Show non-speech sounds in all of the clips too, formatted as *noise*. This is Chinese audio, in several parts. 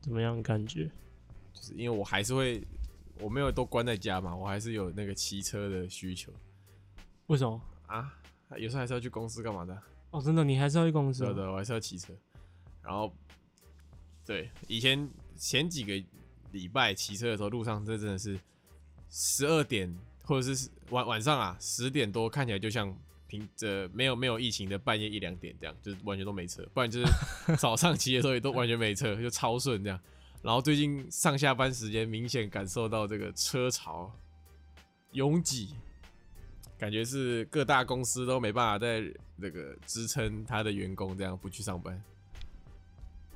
怎么样感觉？就是因为我还是会，我没有都关在家嘛，我还是有那个骑车的需求为什么？啊，有时候还是要去公司干嘛的啊，哦，真的，你还是要去公司对哦、对，我还是要骑车。然后，对，以前前几个礼拜骑车的时候，路上这真的是十二点或者是晚晚上啊十点多，看起来就像平呃没有没有疫情的半夜一两点这样，就是完全都没车，不然就是早上骑的时候也都完全没车，就超顺这样。然后最近上下班时间明显感受到这个车潮拥挤，感觉是各大公司都没办法在那个支撑他的员工这样不去上班，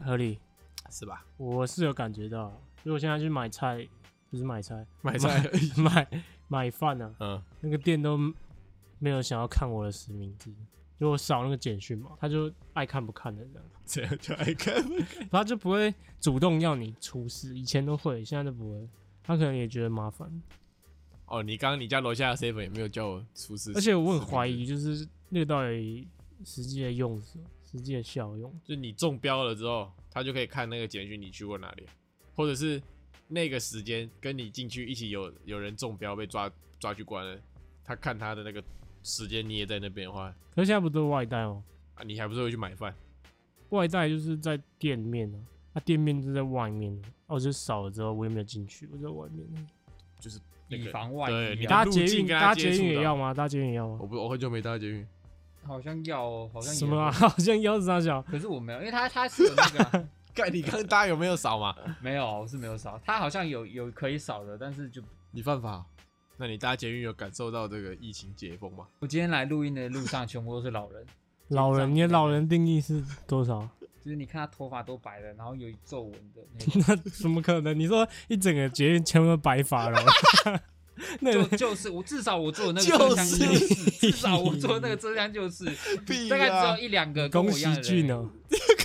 合理。啊是吧？我是有感觉到，因为我现在去买菜，不是买菜，买菜，买 *laughs* 买饭啊，嗯，那个店都没有想要看我的实名制，就我扫那个简讯嘛，他就爱看不看的这样。这样就爱看。他就不会主动要你出事，以前都会，现在都不会。他可能也觉得麻烦，哦，你刚刚你家楼下的 seven 也没有叫我出事，而且我很怀疑，就是那个到底实际的用是实际的效用。就你中标了之后，他就可以看那个简讯你去过哪里，或者是那个时间跟你进去一起有有人中标被抓抓去关了，他看他的那个时间你也在那边的话，可是现在不都外带哦、啊，你还不是会去买饭？外带就是在店面啊，啊店面就在外面啊，啊我就扫了之后我也没有进去，我在外面。啊就是那个以防万对一你啊。搭路捷径运，跟他搭接捷运触也的要吗？搭捷运也要吗我？不我很久没搭捷运，好像要哦，好像也什 *laughs* 么啊？？好像腰子大小，可是我没有，因为他他是有那个啊盖你刚搭有没有扫嘛？没有，我是没有扫，他好像有有可以扫的，但是就你犯法？那你搭捷运有感受到这个疫情解封吗？我今天来录音的路上全部都是老人，老人，你的老人定义是多少？ *laughs* 就是你看他头发都白的，然后有皱纹的那 *laughs* 种，那怎么可能？你说一整个捷运全部都白发了， *laughs* 那个就就是我至少我做的那就个车厢是就是， *laughs* 至少我做的那个车 *laughs* 厢就是，屁大概只啦有一两个跟宫我一样崎的骏哦人，呢？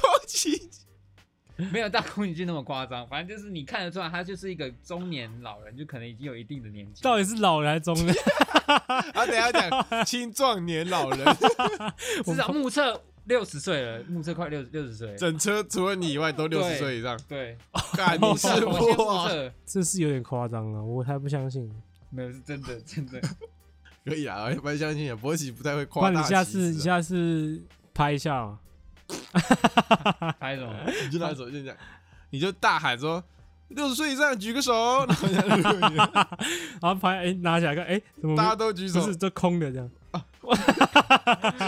高级没有到宫崎骏那么夸张，反正就是你看得出来他就是一个中年老人，就可能已经有一定的年纪。到底是老人还是中年？ *laughs* 啊！等一下讲青壮年老人，至少目测六十岁了，目测快六六十岁。整车除了你以外都六十岁以上。对，干你哦是我先目我，测，这是有点夸张了，我还不相信。没有是真的真的。可以啊，蛮相信的。博喜不太会不夸然大你其词啊。下次你下次拍一下嘛，拍什么？你就拿手就这样，你就大喊说六十岁以上举个手，然后这样然后拍哎、拿起来看哎、怎么大家都举不手是，都空的这样？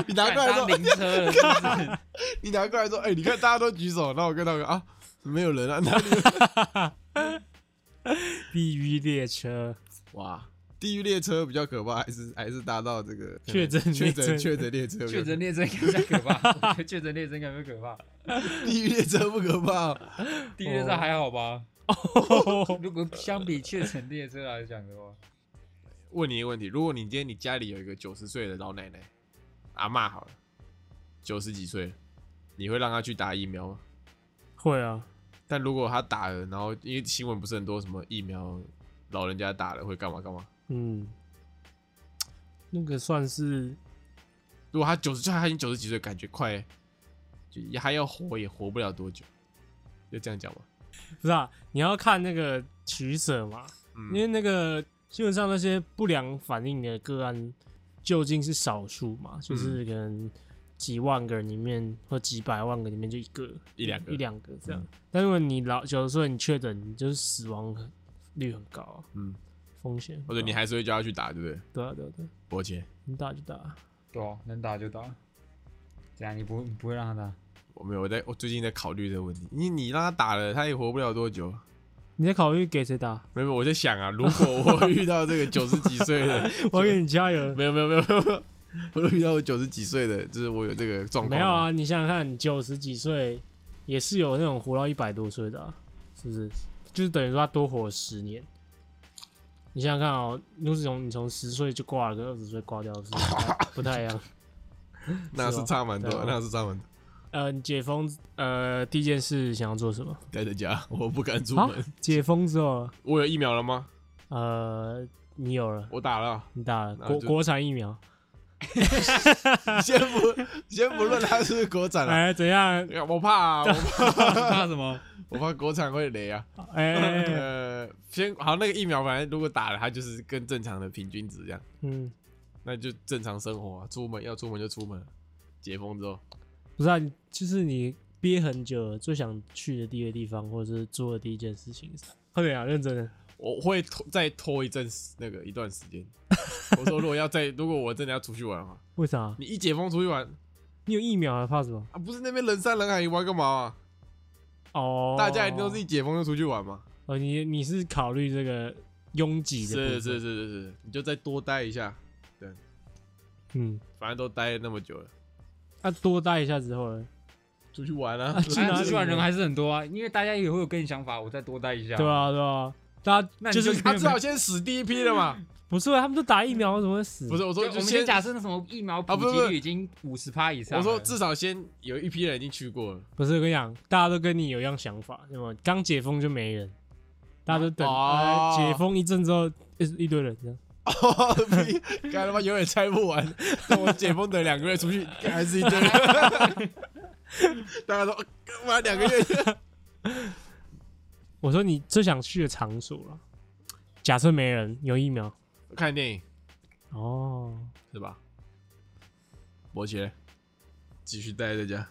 你拿过来敢搭说，灵车了是不是？你拿过来说，哎，你看大家都举手，然后我跟他们啊，没有人啊，那地狱列车， *laughs* 哇，地狱列车比较可怕，还是还是搭到这个确诊确列车诊确诊列车比较可怕？确诊列车应该可怕， *laughs* 我觉得确诊列车应该不可怕。哦地狱列车不可怕哦，地狱列车还好吧？如果相比确诊列车来讲的话，问你一个问题：如果你今天你家里有一个九十岁的老奶奶，阿嬷好了，九十几岁了，你会让她去打疫苗吗？会啊，但如果她打了，然后因为新闻不是很多什么疫苗，老人家打了会干嘛干嘛？嗯，那个算是如果她九十，就她已经九十几岁，感觉快，就她要活也活不了多久，就这样讲吧。不是啊？你要看那个取舍嘛，嗯，因为那个基本上那些不良反应的个案究竟是少数嗯嘛，就是可能几万个人里面或几百万个里面就一个一两个嗯一两个这样。但如果你老有的时候你确诊，你就是死亡率很高、啊，嗯，风险很高。或者你还是会叫她去打，对不对？对啊对啊对啊，伯杰，你打就打，对啊，能打就打。这样你不你不会让他打？我没有，我在我最近在考虑这个问题，因为你让她打了，她也活不了多久。你在考虑给谁打？ *laughs* 没有，我在想啊，如果我遇到这个九十几岁的， *laughs* 我要给你加油。没有没有没有没有没有，我都遇到我九十几岁的，就是我有这个状况。没有，啊，你想想看，你九十几岁也是有那种活到一百多岁的、啊，是不是？就是等于说他多活了十年。你想想看哦，如果是从你从十岁就挂了，跟二十岁挂掉是 *laughs* 不太不太一样。那是差蛮多是哦，对啊那是差蛮多。呃，你解封呃第一件事想要做什么？待在家，我不敢出啊门。，解封之后，啊我有疫苗了吗？呃，你有了，我打了，你打了那国就国产疫苗，先不先不论他是不是国产啊，哎，怎样？我怕啊，我怕 *laughs* 怕什么？我怕国产会雷啊。哎 *laughs* 哎，哎呃，先好，那个疫苗反正如果打了，它就是跟正常的平均值这样，嗯，那就正常生活啊，出门要出门就出门，解封之后，不是啊，你就是你憋很久了最想去的第一个地方，或者是做的第一件事情是啥，快点啊，认真的。我会拖再拖一阵时那个一段时间。我说如果要再，如果我真的要出去玩的话，为啥？你一解封出去玩你有疫苗还怕什么？啊，不是那边人山人海，你玩个毛啊？哦，大家一定都是一解封就出去玩嘛。哦，你你是考虑这个拥挤的部是分，是是是是，你就再多待一下，嗯，反正都待了那么久了，那、多待一下之后呢？出去玩啊啊，去反 *laughs* 哪里正哎出去玩人还是很多啊，因为大家也会有跟你想法，我再多待一下。对，啊对啊，大家那你就就是他至少先死第一批了嘛。不是啊他们都打疫苗，怎么会嗯死？不是，我就说我就们先先假设那什么疫苗普啊不是不及是率已经五十趴以我上了。说至少先有一批人已经去过了，不是，我跟你讲，大家都跟你有一样想法，那么刚解封就没人，大家都等、哦哎解封一阵之后，一一堆人这样。哦，屁 *laughs* 干他妈永远拆不完。等我解封等两个月出去，干还是一堆人。大家说，哦干妈两个月，我说你最想去的场所了，假设没人有疫苗看电影哦，是吧？伯爵，继续待在家。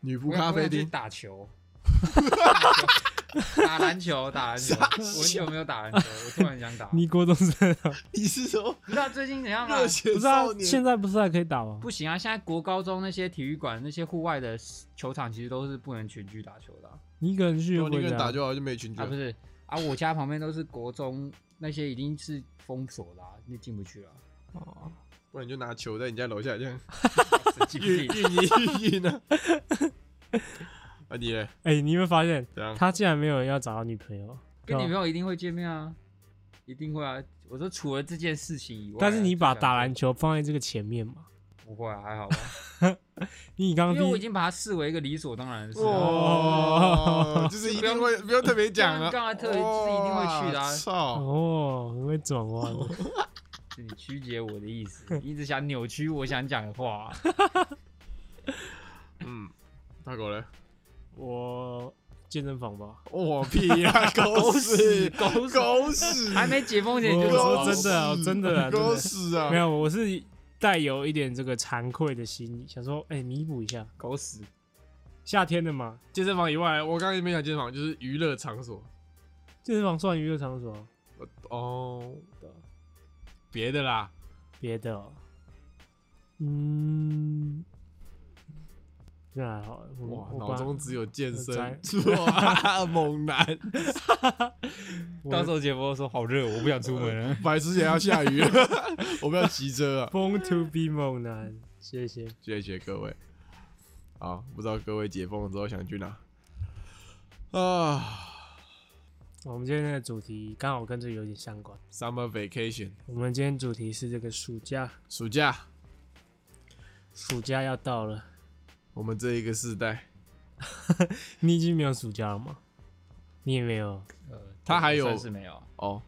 女仆我咖要我啡要去厅，*laughs* 打球，打篮球，打篮球。我很久没有打篮球，我突然想打。你郭东升啊、 *laughs* 你是说你知道最近怎样吗？热血不是啊少，年？现在不是还可以打吗？不行啊！现在国高中那些体育馆、那些户外的球场，其实都是不能群聚打球的啊。你一个人去如又果不你一个会这人打样，就好，就没群聚啊，了。不是啊，我家旁边都是国中，那些已经是封锁的、啊，你进不去了啊。哦不然你就拿球在你家楼下 *laughs* 这样神 *laughs* 经运病运一运 *laughs* 呢。啊，你嘞？哎、你有没有发现怎样？他竟然没有人要找到女朋友？跟对啊女朋吧友一定会见面啊，一定会啊。我说除了这件事情嗯以外啊，但是你把就想打篮球放在这个前面嘛？不会啊，还好吧，你刚因为刚第我已一经把它视为一个理所当然的事啊、 *laughs* 哦，就是一定会不用特别讲啊，刚刚才特别就是一定会去的啊哇操！哦，很会转弯。是你曲解我的意思，你一直想扭曲我想讲的话啊、嗯，大狗嘞，我健身房吧，我屁呀，狗屎，狗屎狗屎，还没解封前你就我说走啊真的啊真的啊真的狗屎啊！没有，我是带有一点这个惭愧的心理，想说，哎、弥补一下。狗屎，夏天的嘛，健身房以外，我刚才没讲健身房，就是娱乐场所。健身房算娱乐场所啊，哦，别的啦，别的哦、嗯，这还好。我哇，我脑把中只有健身我，哇，猛男，我到时候解封的时候好热，我不想出门了。白之前要下雨， *laughs* 我们要骑车啊！ born to be 猛男，谢谢。谢谢各位。好，不知道各位解封了之后想去哪啊我们今天的主题刚好跟这个有点相关。 ？Summer vacation，我们今天主题是这个暑假，暑假，暑假要到了，我们这一个世代，你已经没有暑假了吗？你也没有，呃， *laughs* 他还有算是没有啊，哦，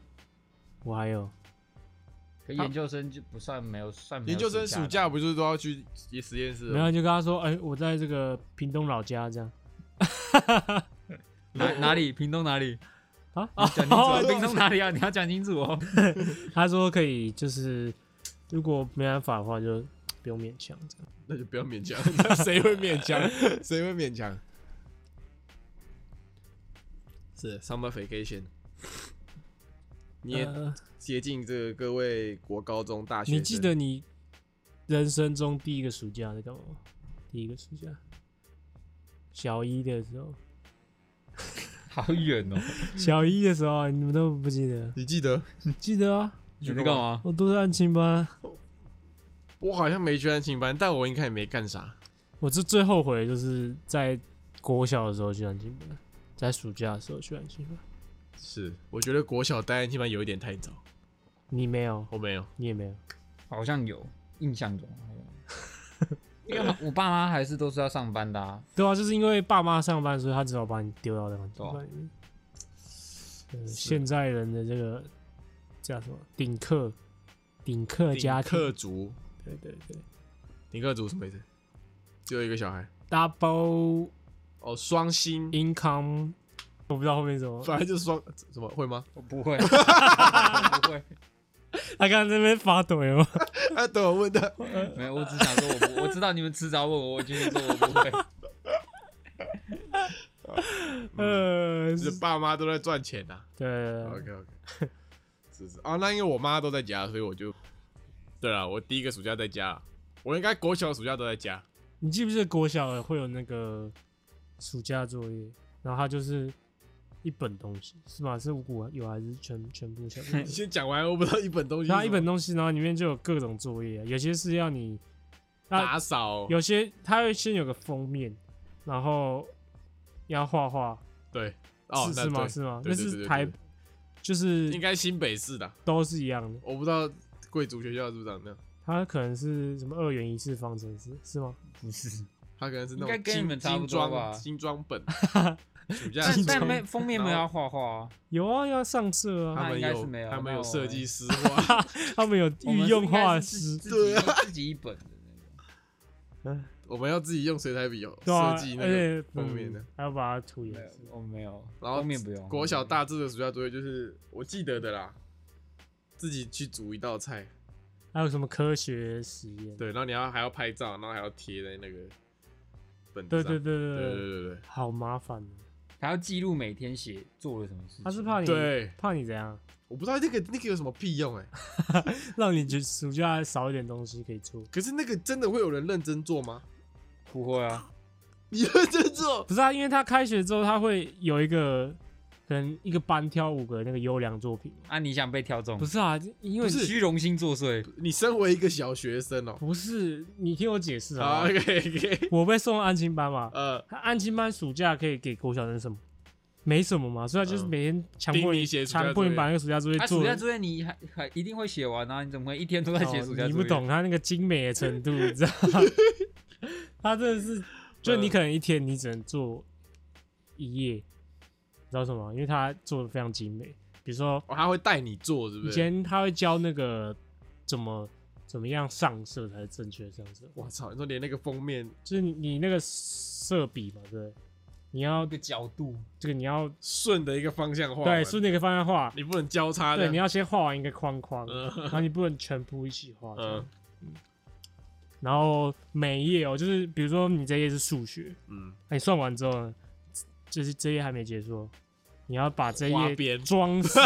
我还有。可研究生就不算没有，算没有研究生暑的假不就是都要去实验室哦没吗？有就跟他说，哎、我在这个屏东老家这样哪哪里？屏东哪 *laughs* 里？啊。你讲清楚啊，屏东哪里啊？你要讲清楚哦。 *laughs* 他说可以，就是如果没办法的话，就不用勉强这样。那就不要勉强，谁会勉强？ *laughs* 谁会勉强？是 summer vacation，你也呃接近这个各位国高中大学生，你记得你人生中第一个暑假在干嘛吗？第一个暑假，小一的时候， *laughs* 好远哦，小一的时候啊你们都不记得？你记得？记得啊，你在干嘛？我都在安亲班啊、我好像没去安亲班，但我应该也没干啥。我这最后悔的就是在国小的时候去安亲班，在暑假的时候去安亲班。是，我觉得国小待安亲班有一点太早，你没有，我没有。你也没有。 *laughs* 好像有印象中好像有。因为我爸妈还是都是要上班的啊，对啊，就是因为爸妈上班，所以他只好把你丢到那个地对方里面。呃，现在人的这个叫什么顶客，顶客顶家庭客，族，对对对，你克族什么意思？只有一个小孩 double 哦，双薪， income，我不知道后面什么。反正就是双什么会 *laughs* 吗？我不会， *laughs* 我不会，他刚刚在那边发抖有吗？啊，等我问的，没有，我只想说我不，我知道你们迟早问我，我就是说我不会。呃，就是是爸妈都在赚钱呐、 *laughs* 对， OK OK，是是啊，那因为我妈都在家，所以我就，对了，我第一个暑假在家，我应该国小暑假都在家。你记不记得国小会有那个暑假作业，然后它就是一本东西是吗？是五股有啊还是全全部 *laughs* 小朋友你先讲完，我不知道一本东西是什么，嗯它一本东西，然后里面就有各种作业，啊有些是要你，打扫，有些它会先有个封面，然后要画画，对，哦，是那是对吗？是吗？对那对是对台对，就是应该新北市的，都是一样的。我不知道贵族学校是不是长那样，它可能是什么二元一次方程式是吗？ *laughs* 不是，他可能是那应该种跟你精们差精不多吧装精装本， *laughs* 暑假但精但装没封面没有要画画 *laughs* 啊，有啊，要上色啊，他们应该是没有有他们那有我设计师 *laughs* 哇，他们有我们御用画师应该是，自啊己自己一本的那我们要自己用水彩笔 *laughs* 有对啊，设计那而哎且个封面的啊嗯。还要把它涂个，没颜有色。，我没有，然后封面不用。国小大致的暑假作业就是我记得的啦，自己去煮一道菜，还有什么科学实验？对，然后你要还要拍照，然后还要贴在那个本子对上。对对对对对对，对好麻烦哦。还要记录每天写做了什么事情。他是对怕你对，怕你怎样，我不知道那个那个有什么屁用哎、让你觉得暑假少一点东西可以做。可是那个真的会有人认真做吗？ *laughs* 不会啊，你认真做？不是啊，因为他开学之后他会有一个可能一个班挑五个那个优良作品嘛。啊，你想被挑中？不是啊，因为不是虚荣心作祟。你身为一个小学生哦、不是你听我解释好啊， ，OK OK，我被送到安亲班嘛，呃，他安亲班暑假可以给国小生什么？没什么嘛，所以他就是嗯每天强迫逼你你写暑假强作迫你业把那个暑假作业啊，做暑了。假作业你还还一定会写完啊？你怎么会一 *laughs* 天都在写暑假作业？哦你不，懂他那个精美的程度，你知道吗？ *laughs* 他真的是，就嗯你可能一天你只能做一页，你知道什么吗？因为他做的非常精美。比如说，哦，他会带你做，是不以是？前他会教那个怎么怎么样上色才是正确的上色，我操，你说连那个封面就是你你那个色笔嘛，对不对，你要那个角度，这个你要顺的一个方向画完，对顺着一个方向画，你不能交叉的，对，你要先画完一个框框，嗯然后你不能全部一起画，这样嗯然后每一页哦，就是比如说你这一页是数学，嗯，你算完之后呢，就是这一页还没结束，你要把这一花页边 *laughs* 装饰。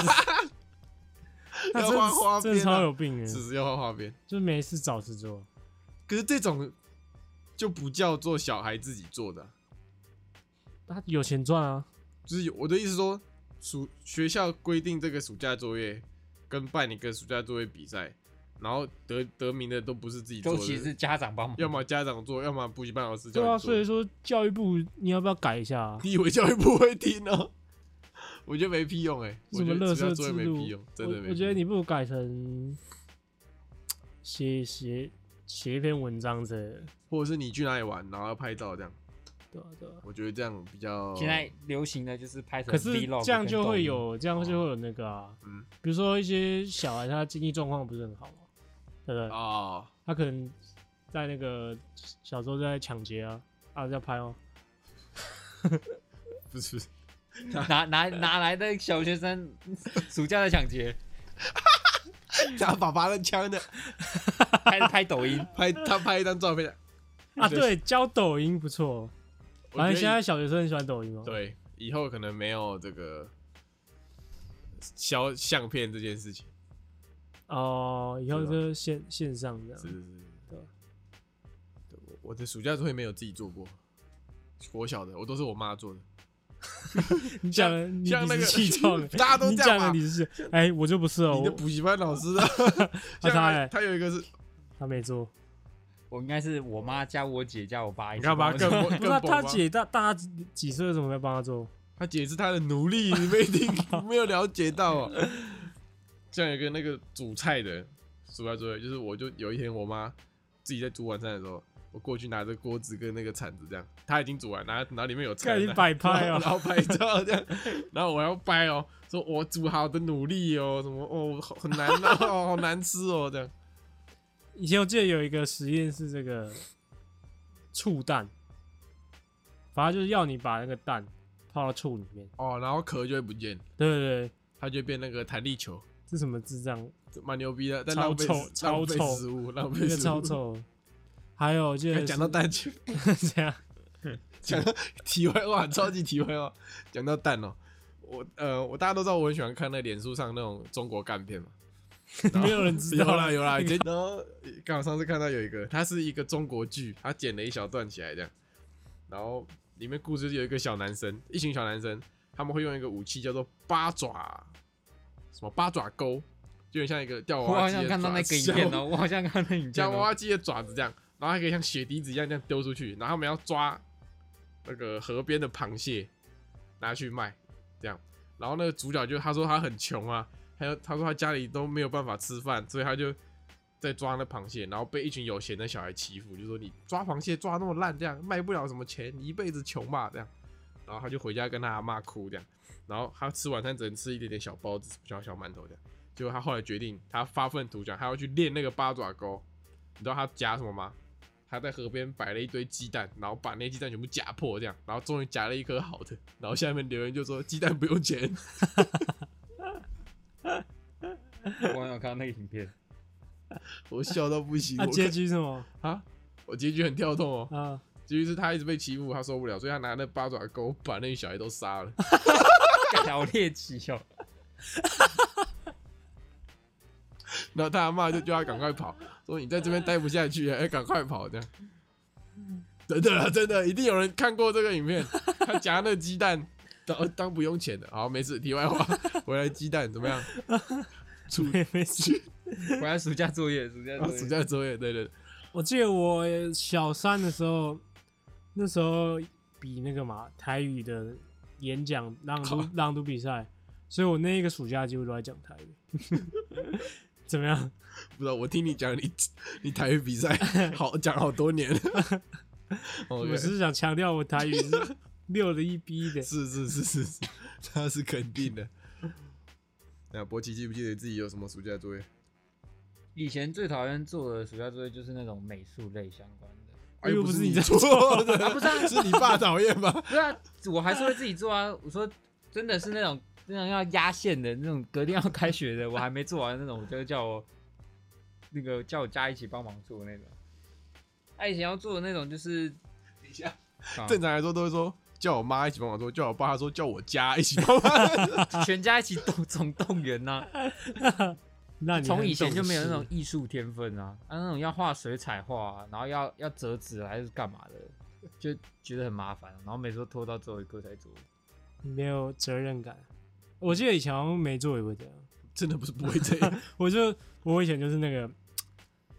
那要真画的花是真的边超啊有病只的，是要画画边。就没事找事做。可是这种就不叫做小孩自己做的啊、他有钱赚啊，就是有我的意思说，暑学校规定这个暑假作业跟办一个暑假作业比赛，然后得得名的都不是自己做都的，其实是家长帮忙。要么家长做，要么补习班老师教对你做啊，所以说教育部你要不要改一下、啊？你以为教育部会听哦？ *laughs* 我觉得没屁用哎、我什觉么得乐暑假色作业制没度屁用，？真的没屁用我我觉得你不如改成写写写一篇文章之类的，或者是你去哪里玩，然后要拍照这样，对啊对啊。我觉得这样比较现在流行的就是拍成可是 vlog，这样就会跟抖音。哦有，这样就会有那个啊，嗯比如说一些小孩他经济状况不是很好嘛，对不对？哦，他可能在那个小时候在抢劫啊，啊要拍哦，不是不是。哪哪哪来的小学生 *laughs* 暑假在抢劫，拿爸爸的枪的，拍拍抖音？拍他拍一张照片。啊对对，教抖音不错，我觉反正得现在小学生很喜欢抖音哦。，对以后可能没有这个销相片这件事情，哦，以后对啊就线线上这样是是，是是对对我我的暑假作业没有自己做过，国小的我都是我妈做的，你讲的你像那理个，直气壮 *laughs* 大家都你这样讲的吧。你是哎，我就不是哦，你的我补习班老师 *laughs* 啊， *laughs* 像他他欸他有一个是，他没做，我应该是我妈加我姐加我爸一你起看帮吧，我更不做。更是啊崩他吧姐大大他几岁，怎么要帮他做？他姐是他的奴 *laughs* 隶，你没听没有了解到哦。像有一个那个煮菜的暑假作业，就是我就有一天我妈自己在煮晚餐的时候，我过去拿着锅子跟那个铲子这样，她已经煮完，然后然后里面有菜看这你样，摆拍哦然后然 *laughs* 后拍照这样，然后我要掰哦，说我煮好的努力哦，什么哦好很难哦，好难吃哦这样，以前我记得有一个实验是这个醋蛋，反正就是要你把那个蛋泡到醋里面。哦，然后壳就会不见，对对对，它就变那个弹力球，这什么智障？这蛮牛逼的，但超浪费臭食超浪费臭食物，浪那费个食物。超臭。还有我记得哎。讲到蛋去，*laughs* 是这样，讲到题外话，超级题外话，讲到蛋哦、我呃，我大家都知道我很喜欢看那脸书上那种中国干片嘛，没有人知有啊道啦有 *laughs* 啦，那个剪然后刚好上次看到有一个，它是一个中国剧，它剪了一小段起来这样，然后里面故事有一个小男生，一群小男生，他们会用一个武器叫做八爪，什么八爪钩，就很像一个吊 *laughs* 我娃好娃机像的看到那个爪影子片哦，我好像看到那影片像娃哦。娃机的爪子这样，然后还可以像雪滴子一样这样丢出去，然后他们要抓那个河边的螃蟹拿去卖，这样。然后那个主角就他说他很穷啊，还有他说他家里都没有办法吃饭，所以他就在抓那螃蟹，然后被一群有钱的小孩欺负，就说你抓螃蟹抓那么烂，这样卖不了什么钱，你一辈子穷吧这样。然后他就回家跟他阿妈哭这样，然后他吃晚餐只能吃一点点小包子、小小馒头这样。结果他后来决定，他发愤图强，他要去练那个八爪钩。你知道他夹什么吗？他在河边摆了一堆鸡蛋，然后把那鸡蛋全部夹破，这样，然后终于夹了一颗好的。然后下面留言就说鸡蛋不用钱，我有看到那个影片， *laughs* 我笑到不行。 *laughs* 啊，我结看局是什么啊，我结局很跳动哦。啊？结局是他一直被欺负，他受不了，所以他拿那八爪钩把那小孩都杀了。 *laughs* 干好猎奇哦。然后他阿妈就叫他赶快跑，说你在这边待不下去，哎，赶快跑这样。 *laughs* 真的啦，真的，一定有人看过这个影片。他夹那鸡蛋，当当不用钱的。好，没事，题外话，回来鸡蛋怎么样？出没没事。回来暑假作业，暑假然作后哦暑业。假作业，对对对，我记得我小三的时候，那时候比那个嘛台语的演讲朗读靠朗读比赛，所以我那一个暑假几乎都在讲台语。 *laughs* 怎么样？不知道我听你讲你你台语比赛 *laughs* 好讲好多年，哦我我只是想强调我台语 *laughs* 是六的一逼的。是是是是是，那是肯定的。那博奇记不记得自己有什么暑假作业？以前最讨厌做的暑假作业就是那种美术类相关的。哎又不是你在做 *laughs* 的，啊不是啊是你爸讨厌 *laughs* 吧？不是啊，我还是会自己做啊。我说真的是那种那种要压线的那种，隔天要开学的，我还没做完那种，我就叫我那个叫我家一起帮忙做那种。他、以前要做的那种就是，等一下，啊正常来说都会说叫我妈一起帮我做，叫我爸他说叫我家一起帮 *laughs* 忙。 *laughs* 全家一起动总动员呐、 *laughs* 那你从很以前就没有那懂种事艺术天分啊，啊那种要画水彩画、啊，然后要要折纸还是干嘛的，就觉得很麻烦，啊然后每次都拖到最后一刻才做。没有责任感。我记得以前好像没做也会这样。真的不是不会这样，我就我以前就是那个，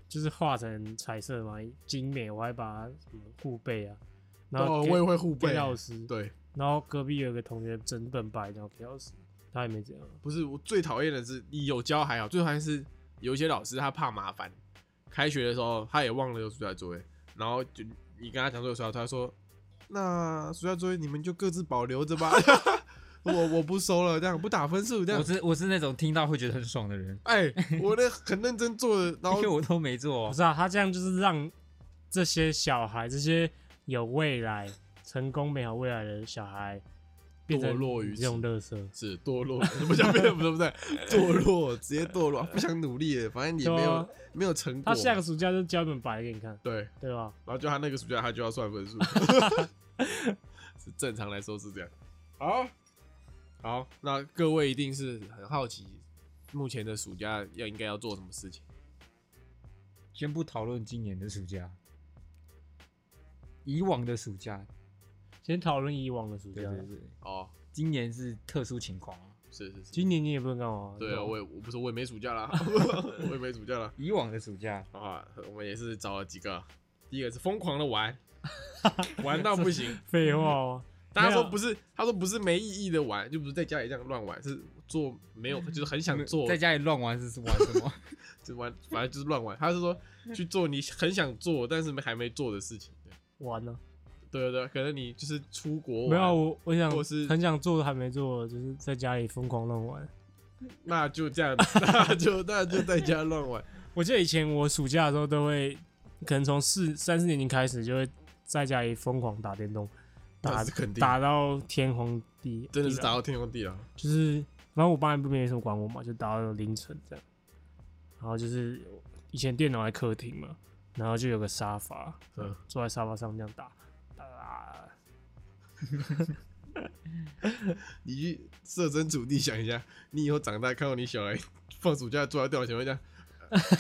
就是画成彩色嘛，精美，我还把它什么护背啊， *laughs* 然后哦，给我也会互给背。老师，对，然后隔壁有一个同学整本白交给老师，他也没这样。不是我最讨厌的是你有教还好，最讨厌是有一些老师他怕麻烦，开学的时候他也忘了有暑假作业，然后就你跟他讲说有暑假，他说那暑假作业你们就各自保留着吧，我我不收了，这样不打分数这样我。是我是那种听到会觉得很爽的人，哎、我那很认真做的，然因后为我都没做、不哦。是啊，他这样就是让这些小孩，这些有未来、成功、美好未来的小孩，变成堕落于这种乐色。是堕落，不叫变不对不对，堕落，直接堕落，不想努力了，反正也没有、对啊没有成果。他下个暑假就交一本白给你看，对，对吧？然后就他那个暑假他就要算分数， *laughs* 是正常来说是这样。好，好，那各位一定是很好奇，目前的暑假要应该要做什么事情？先不讨论今年的暑假，以往的暑假，先讨论以往的暑对啊假对，对，哦，今年是特殊情况啊。是是是，今年你也不能干嘛？对啊，吧我也我不是我也没暑假 *laughs* 啦，我也没暑假啦。以往的暑假，啊，我们也是找了几个，第一个是疯狂的 *laughs* 玩，玩到不行，废话哦。大家没说有不是，他说不是没意义的玩，就不是在家里这样乱玩，是做没 *laughs* 有，就是很想做，在家里乱玩是玩什么？就玩，反正就是乱玩。他是说去做你很想做但是还没做的事情，完了，对对对，可能你就是出国玩没有，啊我，我想或是很想做的还没做，就是在家里疯狂乱玩。 *laughs* 那就这样，那就那就在家乱玩。我记得以前我暑假的时候都会，可能从四三四年级开始就会在家里疯狂打电动，打那是肯定打到天荒地真的是地打老到天荒地老。就是，然后我爸也不没什么管我嘛，就打到凌晨这样。然后就是以前电脑在客厅嘛，然后就有个沙发，嗯坐在沙发上这样打打打，你去设身处地想一下，你以后长大看到你小孩放暑假坐在电脑前面这样，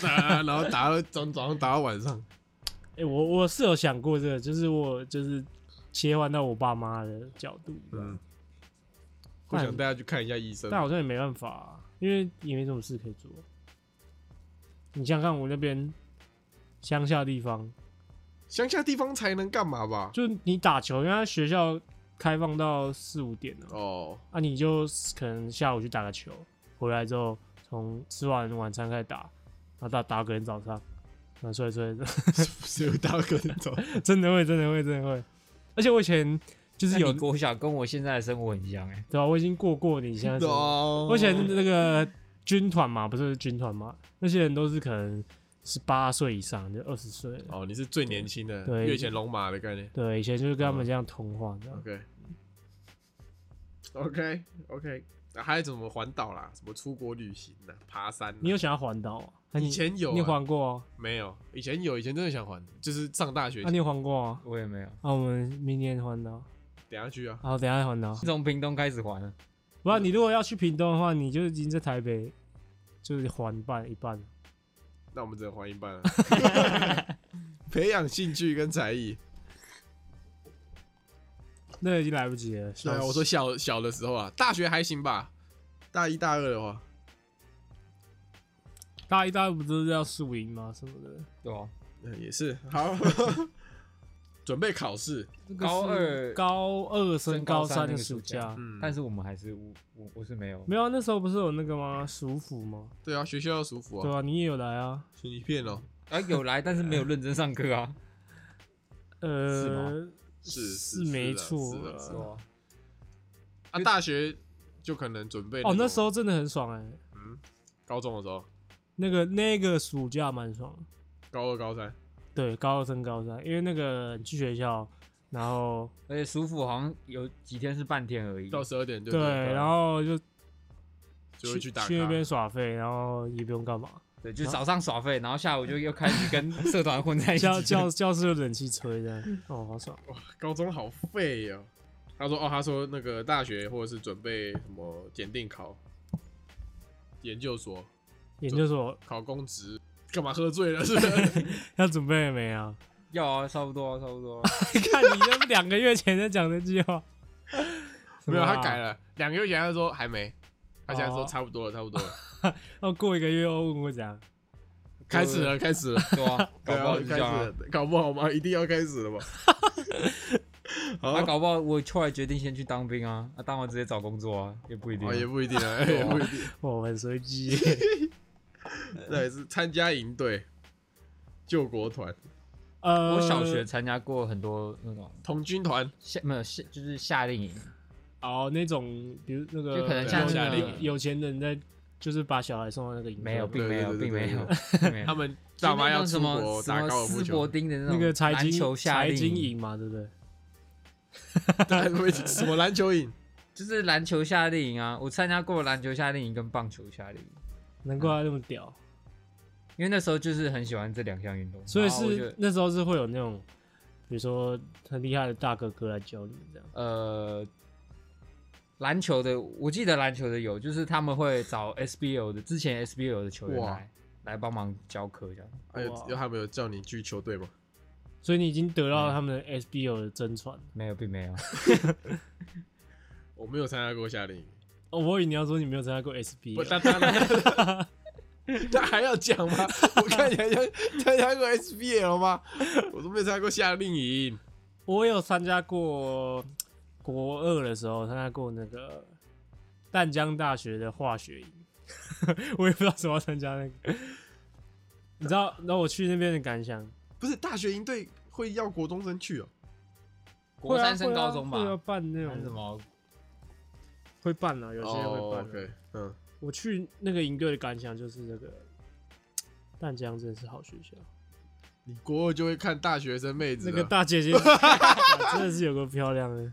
打 *laughs* 然后打到从早上打到晚上，哎、我我是有想过这个，就是我就是切换到我爸妈的角度，嗯，不会然想带他去看一下医生。但好像也没办法啊、因为也没什么事可以做。你想想看，我那边乡下地方，乡下地方才能干嘛吧？就你打球，因为他学校开放到四五点呢、*laughs* 啊，哦，啊，你就可能下午去打个球，回来之后从吃完晚餐开始打，然后打打到隔天早啊上，然后睡睡，只有大哥那 *laughs* 种。真的会，真的会，真的会。而且我以前就是 *laughs* 是 *laughs* 有有，国小跟我现在的生活很像哎、对吧、啊我已经过过你现在说。哦，而且那个军团嘛，不是军团嘛，那些人都是可能十八岁以上，就二十岁了。哦，你是最年轻的，对越前龙马的概念。对，以前就是跟他们这样通话这样。 OK OK OK，还有怎么环岛啦？什么出国旅行呢、爬山、你有？想要环岛啊？那你以前有、啊，你有环过哦？没有？以前有，以前真的想环，就是上大学啊，你有环过哦？我也没有，啊，我们明年环岛，等下去啊。好，等一下再环岛。从屏东开始啊还了。不然你如果要去屏东的话，你就已经在台北，就是环半一半。那我们只能还一 *laughs* 半了。啊培养兴趣跟才艺。那已经来不及了。对啊，我说小小的时候啊，大学还行吧，大一大二的话，大一、大二不都是要宿营吗？什么的？对啊，嗯，也是好。 *laughs* 准备考试，那个是高高二二升升高高三三的那个暑暑假假，嗯，但是我们还是我我我是没有，没有啊？那时候不是有那个吗？暑辅吗？对啊，学校要舒服对啊，啊，你也有来啊？是你骗哦，啊有来，但是没有认真上课啊，呃，吗是是没的错是的啦是对的啊，啊，大学就可能准备哦，那种时候真的很爽哎、嗯，高中的时候，那个那个暑假蛮爽的，高二、高三，对，高二升高三，因为那个你去学校，然后而且舒服好像有几天是半天而已，到十二点就对，然后就就会去打去那卡边耍废，然后也不用干嘛，对，就早上耍废，然后下午就又开始 *laughs* 跟社团混在一起教了，教教室有冷气吹的，哦，好爽。高中好废哦。他说：“哦，他说那个大学或者是准备什么检定考、研究所、研究 *laughs* 所考公职，干嘛喝醉了？是不 *laughs* 是？ *laughs* 要准备了没啊？ *laughs* 要啊，差不多啊，差不多啊，你看你这两个月前在讲这句话，没有，什么啊他改，了。两个月前他说还没，他现在说哦差不多了，差不 *laughs* 多了，要过一个月又问我讲，开始了，开始了，对啊，*laughs* *laughs* 搞对不啊好就开这始样啊了，搞不好吗？一定要开始了吧？好啊，搞不好我后来决定先去当兵啊，啊，当完直接找工作啊，也 *laughs* 不一定啊哦，。也不一定 *laughs* 啊，也不一定。”哦，很随机， *laughs* 啊那也是参加营队、救国团、呃，我小学参加过很多那种童军团，夏，没有夏，就是夏令营，哦，那种比如那个，就可能像有那个有有钱人在，就是把小孩送到那个营队，没有，并没有，对对对并没有对，并没有他们大妈要出就那种国什么打高尔什么夫斯球，伯丁的那那种个财篮经球夏财令经，营嘛，对不对？对，什么篮球 *laughs* 营，就是篮球夏令营啊，我参加过篮球夏令营跟棒球夏令营，难怪他那么屌，因为那时候就是很喜欢这两项运动，所以然后我就是那时候是会有那种，比如说很厉害的大哥哥来教你们这样。呃。篮球的，我记得篮球的有，就是他们会找 SBL 的，之前 SBL 的球员哇来来帮忙教课这样。还有哇哎有他们有叫你去球队吗？所以你已经得到他们的 SBO 的真传。没有，并没有。我没有参加过夏令营，哦，我以为你要说你没有参加过 *laughs* 啊不， SBO，那当然，那还要讲吗？我看起来像参加过 SBL 吗？我都没有参加过夏令营，我有参加过国二的时候参加过那个淡江大学的化学营， *laughs* 我也不知道什么要参加那个。你知道，然后我去那边的感想，不是大学营队会要国中生去哦， *laughs* 国啊三升高中吧，要办那还是什种么？会办啊，有些会哦办啊、 ，OK，嗯，我去那个营队的感想就是这个，淡江真是好学校，你国二就会看大学生妹子那了，个大姐姐哇真的是有个漂亮的，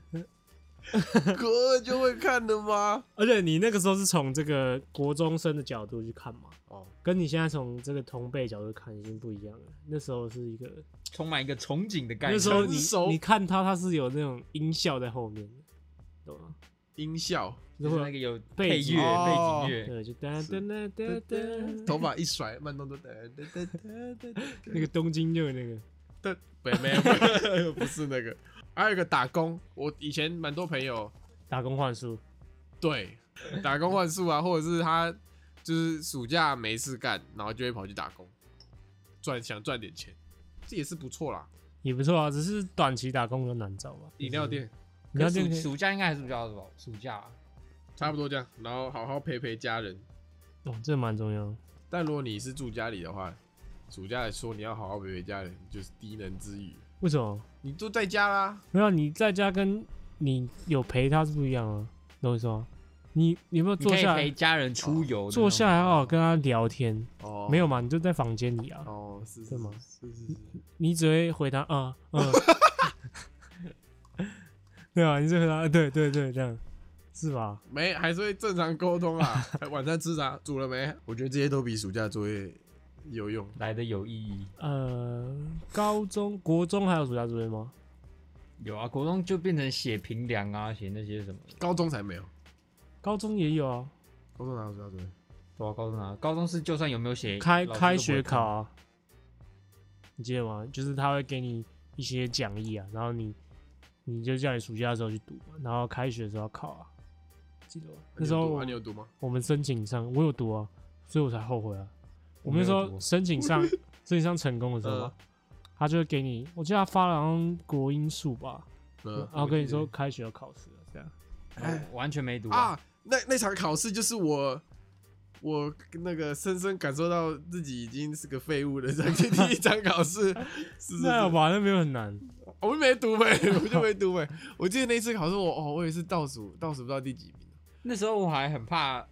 国二就会看的吗？而且你那个时候是从这个国中生的角度去看嘛，哦，跟你现在从这个同辈角度看已经不一样了。那时候是一个，充满一个憧憬的概那念。时候成熟你你看他，他是有那种音效在后面的，懂吗？音效， *laughs* 如就是果那个有背配景乐、哦背景乐，对，就哒哒哒哒哒，头发一甩，慢动作，哒哒哒哒哒哒那个东京热那个，但没没有没有， *laughs* 不是那个，还有一个打工，我以前蛮多朋友打工换宿，对打工换宿啊，或者是他就是暑假没事干，然后就会跑去打工，赚想赚点钱，这也是不错啦。也不错啊，只是短期打工比较难找吧。饮料店你要可店是可暑以，暑假应该还是比较少，暑假啊差不多这样，然后好好陪陪家人。哦，这蛮重要的。但如果你是住家里的话，暑假来说你要好好陪陪家人，就是低能之语。为什么？你都在家啦，没有，啊你在家跟你有陪他是不一样啊，懂我意思吗？你你有没有你坐可以下陪来？家人出游，坐下来好好跟他聊天，哦，没有嘛？你就在房间里啊，哦，是对是吗是是是，你只会回答啊嗯， *laughs* 对啊，你只会回答啊对对对这样，是吧？没，还是会正常沟通啊。晚餐吃啥？煮了没？我觉得这些都比暑假作业有用。来的有意义。呃，高中、国中还有暑假作业吗？有啊，国中就变成写评量啊，写那些什么的。高中才没有，高中也有啊，高中哪有暑假作业？对啊，高中啊，高中是就算有没有写，开老师都不会开学看考啊，你记得吗？就是他会给你一些讲义啊，然后你你就叫你暑假的时候去读嘛，然后开学的时候要考啊，记得吗？那时候你有读啊你有读我吗？我们申请上，我有读啊，所以我才后悔啊。我我们那时没有候读申 *laughs* 请上申请上成功的时候嗯嘛，他就会给你，我记得他发了好像国英数吧，嗯，然后跟你说开学要考试了这样。我完全没读啊。啊，那那场考试就是我。我那个深深感受到自己已经是个废物了，这样第一场考试，是是那有是，吧，那没有很难。我就没读呗，我就没读呗。我记得那次考试我，哦，我也是倒数，倒数不到第几名，那时候我还很怕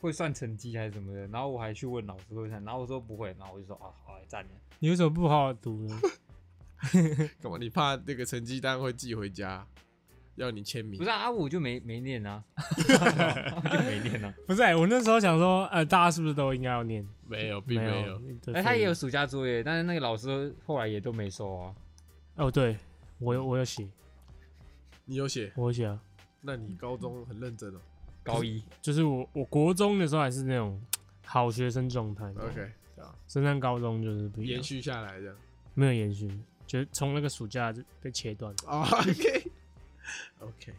会算成绩还是什么的，然后我还去问老师会不会算，然后我说不会，然后我就说啊，好，来赞你。你为什么不好好 *laughs* 读呢？干嘛？你怕那个成绩单会寄回家，要你签名不是？啊，啊我就没没 *laughs* 念啊，我就没念啊。不是欸、我那时候想说，呃，大家是不是都应该要念？没有，并没没有。。对哎，他也有暑假作业，但是那个老师后来也都没收啊。哦，对我有我有写，你有写？我有写啊，那你高中很认真哦。*laughs* 高一就是我我国中的时候还是那种好学生状态嗯 OK，好，啊升上高中就是不一延样，续下来这样。没有延续，就是从那个暑假就被切断。 *laughs* 哦 OK OK，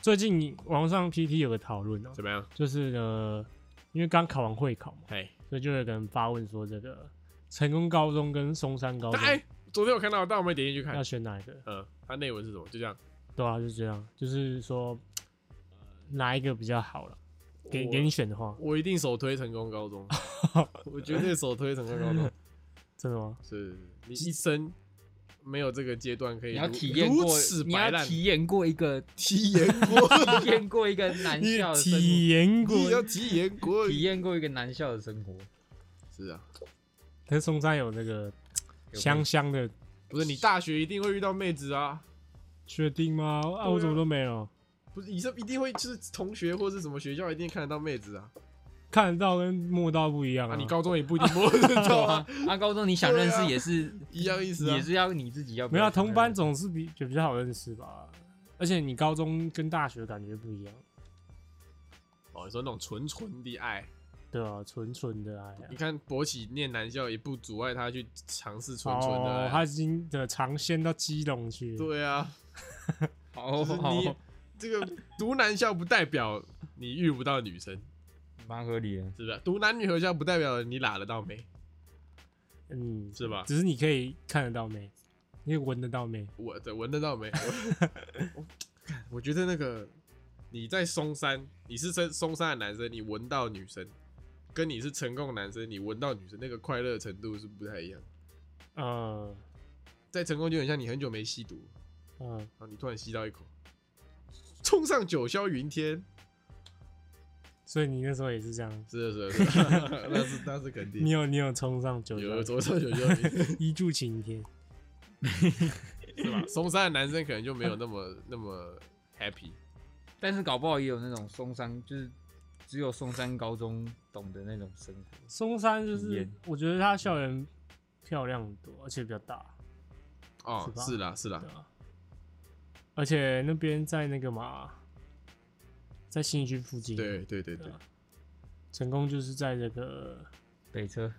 最近网上 PT 有个讨论哦，怎么样？就是呢，因为刚考完会考嘛，嘿，所以就有个人发问说，这个成功高中跟松山高中哎，昨天我看到，但我没点进去看要。选哪一个？嗯，它内文是什么？就这样。对啊，就是这样，就是说、呃哪一个比较好了，给我给你选的话，我一定首推成功高 *laughs* 中，我绝对首推成功高中。真的吗？是你一生没有这个阶段可以你要如体验如过此，你白要烂，体验过一个体验过，体验过一个男你校的生体验 *laughs* 过你？要体验过活，， *laughs* 体验过一个男校的 *laughs* 生活。是啊。可是松山有那个有香香的，不是你大学一定会遇到妹子啊，确定吗？啊，啊我怎么都没有不是你这一定会就是同学或是什么学校一定看得到妹子啊，看得到跟摸到不一样啊啊。你高中也不一定摸 *laughs* 得对到啊啊，， *laughs* 啊，高中你想认识对啊也是一样意思啊也。是要你自己要不没有要啊承认同班总是比就比较好认识吧，而且你高中跟大学感觉不一样，哦，你说那种纯纯的爱，对啊，纯纯的爱啊、你看博起念男校也不阻碍他去尝试纯纯的哦爱，，啊他已经的尝鲜到基隆去了，对啊，就好是你 *laughs* 好这个读男校不代表你遇不到女生， *laughs* 蛮合理的。是不是？读男女合校不代表你拉得到妹，嗯，是吧？只是你可以看得到没，你可以闻得到没，我这闻得到没？我 *laughs* 我看我觉得那个你在松山，你是松松山的男生，你闻到女生，跟你是成功的男生，你闻到女生，那个快乐程度是不太一样。嗯在成功就很像你很久没吸毒，嗯。然后你突然吸到一口，冲上九霄云天，所以你那时候也是这样，是的是的是的，那是那是肯定你。有你有冲上九有九，左上角就有一柱擎天，是吧？松山的男生可能就没有那么那么 happy，但是搞不好也有那种松山，就是只有松山高中懂的那种生活。松山就体是验我觉得它校园漂亮很多，而且比较大，哦是，吧是啦是啦对，啊。而且那边在那个嘛，在新一区附近，，对对对对，成功就是在这个北车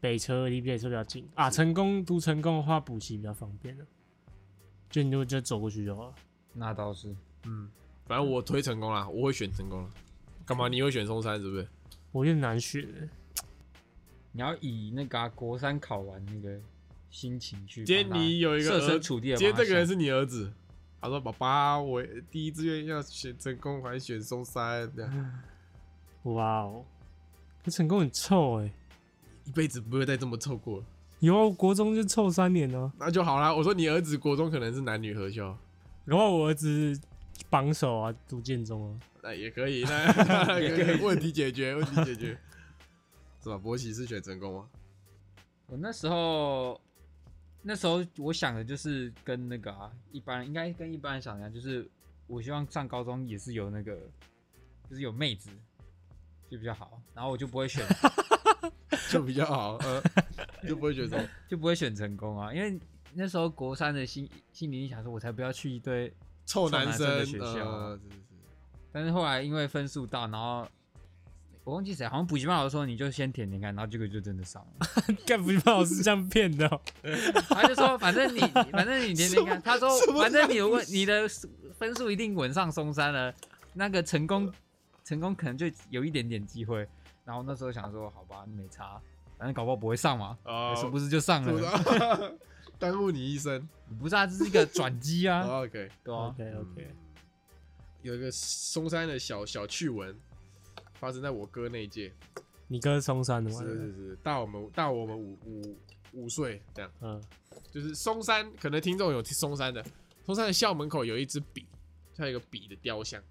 北车离北车比较近啊。成功读成功的话，补习比较方便的，啊就你如果就走过去就好了。那倒是，嗯，反正我推成功啦，我会选成功了。干嘛？你会选松山是不是？我有点难选欸，你要以那个啊、国三考完那个心情去帮他。今天你有一个设儿身处地的，今天这个人是你儿子，他说：“爸爸，我第一志愿要选成功，还选松山，这样哇哦，可成功很臭哎、一辈子不会再这么臭过了。有啊，我国中就臭三年啊呢、那就好啦。我说你儿子国中可能是男女合校，然后我儿子榜首啊，读建中啊， *laughs* 那也可以，那 *laughs* 也可以问题解决，问题解决， *laughs* 是吧？博奇是选成功吗？ *laughs* 我那时候，那时候我想的就是跟那个啊，一般人应该跟一般人想的一样，就是我希望上高中也是有那个，就是有妹子就比较好，然后我就不会选，就比较好，呃，就不会选 *laughs* 中。就不会选成功啊，因为那时候国三的心心里想说，我才不要去一堆，臭男臭男生生的学校呃，是是是但是后来因为分数到，然后。我忘记谁，好像补习班老师说你就先填填看，然后结果就真的上了。干不是老师这样骗的哦、他就说 *laughs* 反正你反正你填填看，他说什么反正你如果你的分数一定稳上松山了，那个成功成功可能就有一点点机会。然后那时候想说，好吧，没差，反正搞不好不会上嘛，哦 *laughs* 殊不知就上是不是了。啊耽误你一生。不是啊，这是一个转机啊， *laughs* 哦 OK，嗯对啊 OK OK，有一个松山的小小趣闻，发生在我哥那一届，你哥是松山的是吗？是是，大我们大我们五五五岁这样。嗯，就是松山，可能听众有听松山的，松山的校门口有一支笔，它有一个笔的雕像，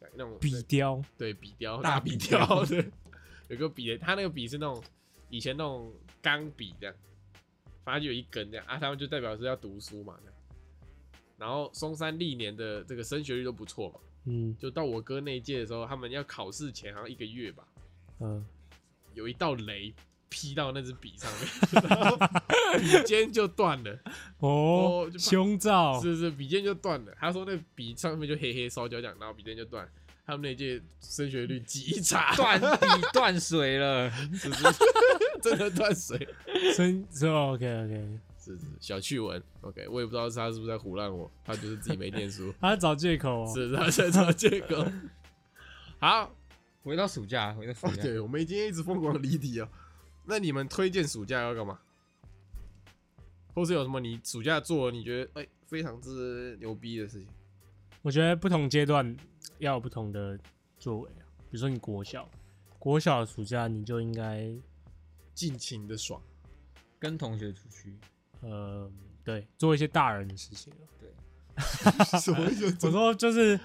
这样那种笔雕，对笔雕大大笔笔雕雕，对， *laughs* 有个笔的，它那个笔是那种以前那种钢笔这样，反正就有一根这样啊，他们就代表是要读书嘛这样。然后松山历年的这个升学率都不错嘛，嗯就到我哥那一届的时候，他们要考试前好像一个月吧，嗯，有一道雷劈到那支笔上面， *laughs* 然后笔尖就断了。哦哦，就怕胸罩，是是，笔尖就断了。他说那笔上面就黑黑烧焦这样，然后笔尖就断。他们那届升学率极差，断笔断水了。是是， *laughs* 真的断水。身是哦 OK OK，，是是，小趣闻。OK，我也不知道他是不是在胡乱我，他就是自己没念书他在找借口哦。是是他在找借口。好，回到暑假，回到暑哦，假，对，我们今天一直疯狂的离题哦。那你们推荐暑假要干嘛？或是有什么你暑假做你觉得哎、非常之牛逼的事情？我觉得不同阶段要有不同的作为啊，比如说你国小，国小的暑假你就应该尽情的爽，跟同学出去，呃，对，做一些大人的事情啊。什么意思我说就是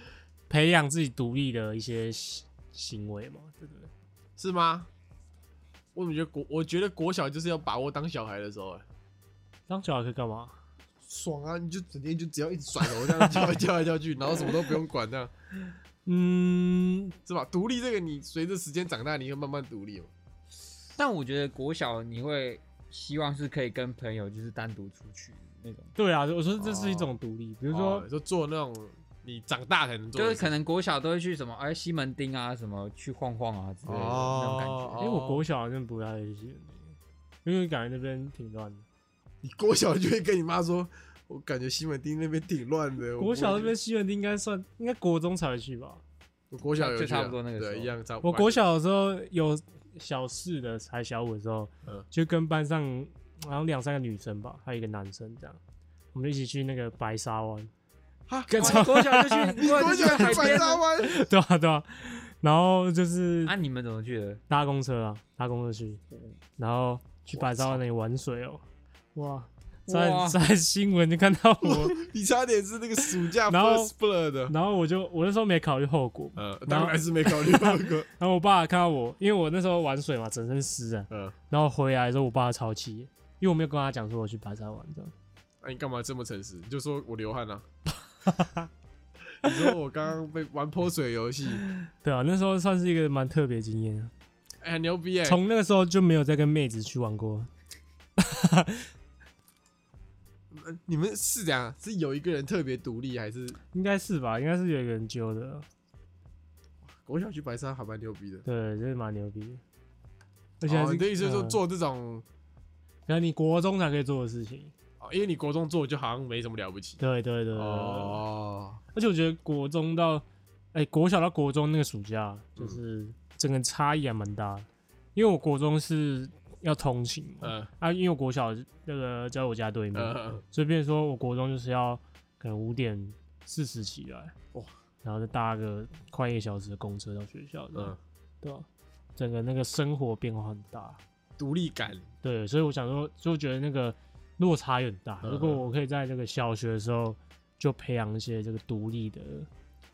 培养自己独立的一些行行为嘛，对不对？是吗？我怎么觉得国？我觉得国小就是要把握当小孩的时候、哎，当小孩可以干嘛？爽啊！你就整天就只要一直甩头这样叫来叫来叫去，然后什么都不用管，这样嗯，是吧？ *laughs* 独立这个，你随着时间长大，你会慢慢独立嘛。但我觉得国小你会希望是可以跟朋友就是单独出去那种。对啊，我说这是一种独立，比比如说就哦做那种你长大才能做就的是事，可能国小都会去什么哎西门町啊，什么去晃晃啊之类的、哦那种感觉。因为我国小好像不太喜欢那个，因为感觉那边挺乱的。你国小就会跟你妈说，我感觉西门町那边挺乱的。我不国小会那边西门町应该算，应该国中才会去吧。我国小有就去啊差不多那个时候对，一样差不多。我国小的时候有小四的，还小五的时候，嗯就跟班上好像两三个女生吧，还有一个男生这样，我们就一起去那个白沙湾， *laughs* 啊，跟哇你国小就去， *laughs* 你你国就去小海去白边沙啊？湾， *laughs* 对啊对啊，然后就是啊，你们怎么去的？搭公车啊，搭公车去，然后去白沙湾那里玩水哦、哇，在哇在新闻就看到 *laughs* 我，你差点是那个暑假然后 first blood 的，然后我就我那时候没考虑后果，呃，然后当然是没考虑到 *laughs* 过，然后我爸看到我，因为我那时候玩水嘛，整身湿啊，呃，然后回来之后我爸超气，因为我没有跟他讲说我去白沙湾这样，那、你干嘛这么诚实？你就说我流汗啊。你说我刚刚被玩泼水游戏，对啊，那时候算是一个蛮特别的经验啊，哎、很牛逼哎、从那个时候就没有再跟妹子去玩过，呃你们是这样，是有一个人特别独立，还是应该是吧，应该是有一个人揪的，我想去白沙还蛮牛逼的？对，这蛮牛逼的，而且还哦，是你的意思是说嗯做这种，然后你国中才可以做的事情，哦因为你国中做就好像没什么了不起。对对对对对哦，而且我觉得国中到，哎、国小到国中那个暑假，嗯就是整个差异还蛮大的。因为我国中是要通勤嘛，呃啊，因为我国小那个在我家对面，呃，所以变成说我国中就是要可能五点四十起来，哇，然后再搭个快一个小时的公车到学校，嗯嗯，，对吧、整个那个生活变化很大，独立感，对，所以我想说，就觉得那个落差有很大。嗯如果我可以在这个小学的时候就培养一些这个独立的，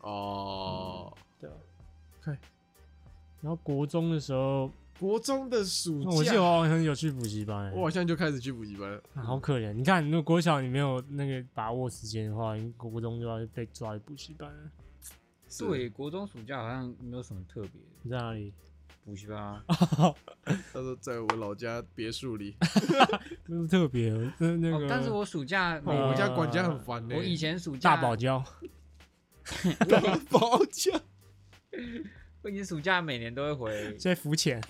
哦，对啊 OK 然后国中的时候，国中的暑我记假得，我好像有去补习班、欸，我好像就开始去补习班了。啊好可怜。你看，如果国小你没有那个把握时间的话，你国中就要被抓去补习班了。是对，国中暑假好像没有什么特别的你在哪里？补习班 *laughs* 啊，他说在我老家别墅里，那是特别，那那哦个，但是我暑假啊哦每我呃们家管家很烦呢。我以前暑假大堡礁，大保家我以前暑假每年都会回在浮潜，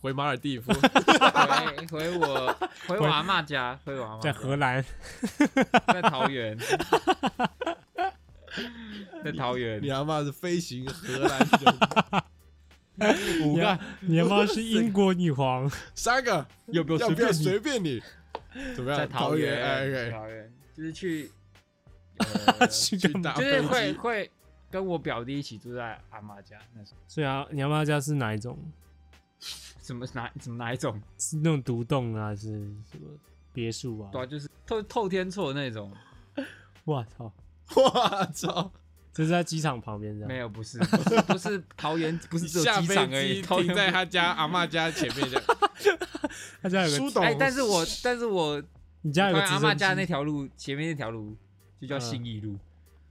回马尔蒂夫，回回我回我阿妈家，回我阿妈在荷兰，在 *laughs* 桃园，在桃园 *laughs* 你，阿妈是飞行荷兰人，你要你要不要去英国女皇？ *laughs* 三个要不要不要随便你？怎么样？在桃园，哎在，OK，桃园就是去， *laughs* 呃去去干嘛打就飞是会 *laughs* 机。会跟我表弟一起住在阿妈家，那时候所以啊，你要不要家是哪一种？什么哪什么哪一种，是那种独栋啊，还是什么别墅啊？对啊，就是透透天错那种，啊哇操！我操！这是在机场旁边这没样。有，不是，不是，不是 *laughs* 桃园，不是只有下机飞场而已，机桃停园在他家阿妈家前面，这 *laughs* 样。他家有苏个，董，哎，但是我，但是我你家桃有个园直阿升妈 *laughs* 家机那条路前面那条路就叫嗯信义 *laughs* 路，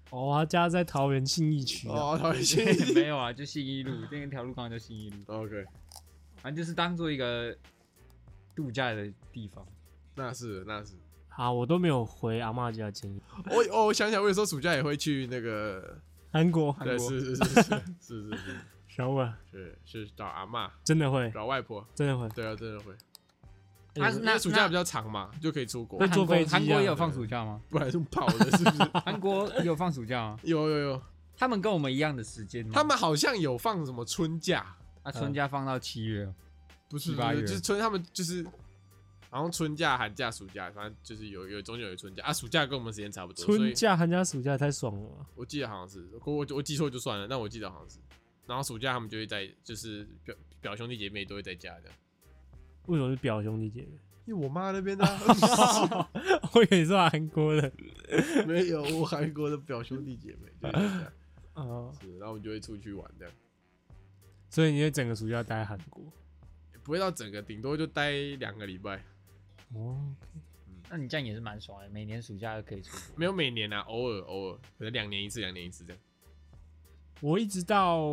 哦，他家在桃园信义区啊。哦，桃园信没有啊，就信义路那条路刚好叫信义路， OK，反正就是当做一个度假的地方。那是那是。啊，我都没有回阿嬷家的经验。我哦，我想想，我有时候暑假也会去那个，韩国对，国是是是是是是小伟是是是找阿妈真的会，找外婆，真的会。对啊，真的会。啊因那为暑假那比较长嘛，就可以出国那，坐飞机啊韩国韩国也有放暑假吗？不然就跑的，是不是？ *laughs* 韩国也有放暑假吗？有有有，他们跟我们一样的时间吗？他们好像有放什么春假，啊，春假放到七月，不是七不八是，月就是春，他们就是好像春假、寒假、暑假，反正就是有有中间有春假啊，暑假跟我们时间差不多，所春以假、寒假、暑假太爽了吧。我记得好像是，我我我记错就算了，但我记得好像是，然后暑假他们就会在，就是表表兄弟姐妹都会在家的，为什么是表兄弟姐妹？因为我妈那边的、 *laughs* *laughs* 我以为是韩国的。没有我韩国的表兄弟姐妹就在家，哦， *laughs* 是，然后我们就会出去玩这样，所以你会整个暑假待在韩国。不会到整个，顶多就待两个礼拜，哦，那你这样也是蛮爽的，每年暑假都可以出国。没有每年啊，偶尔偶尔，可能两年一次，两年一次这样。我一直到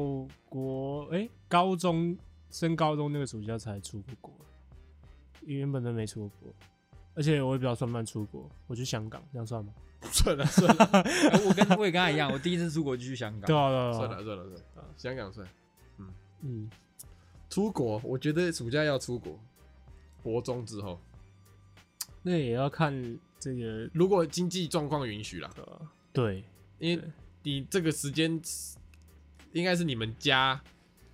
国哎、高中升高中那个暑假才出过国，原本都没出过，而且我也比较算慢出国，我去香港，这样算吗？算了算了哎我跟我也跟他一样，我第一次出国就去香港对。啊，对啊，算对了啊算了算了，香港算嗯，出国，我觉得暑假要出国，国中之后，那也要看这个如果经济状况允许啦，呃，对，因为你这个时间应该是你们家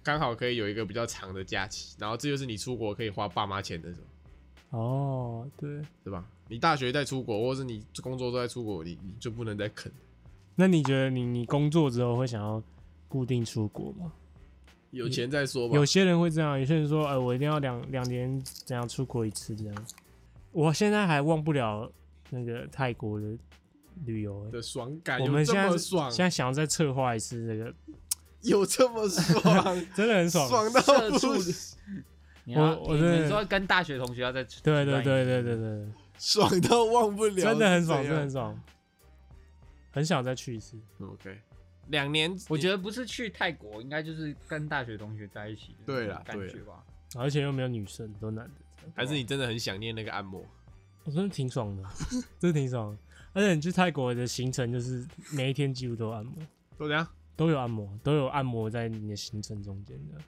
刚好可以有一个比较长的假期，然后这就是你出国可以花爸妈钱的时候，哦，对，对吧？你大学在出国，或是你工作都在出国，你你就不能再啃。那你觉得你你工作之后会想要固定出国吗？有钱再说吧有。些人会这样，有些人说，呃哎、我一定要两两年怎样出国一次这样。我现在还忘不了那个泰国的旅游、欸。的爽感我有们这现么在爽现，在想要再策划一次这个，有这么爽，真 *laughs* 的很爽。爽到 *laughs* 社畜不行 *laughs* 你要我我你真的们说跟大学同学要在对对对对对对，爽到忘不了，对真的很是爽，真这的样很爽，很想再去一次。 OK，两年，我觉得不是去泰国，应该就是跟大学同学在一起的对那啦种感对觉吧。而且又没有女生，都男的，还是你真的很想念那个按摩。我、真的挺爽 *laughs* 的，真的挺爽的。而且你去泰国的行程就是每一天几乎都有按摩，都这样都有按摩，都有按摩在你的行程中间的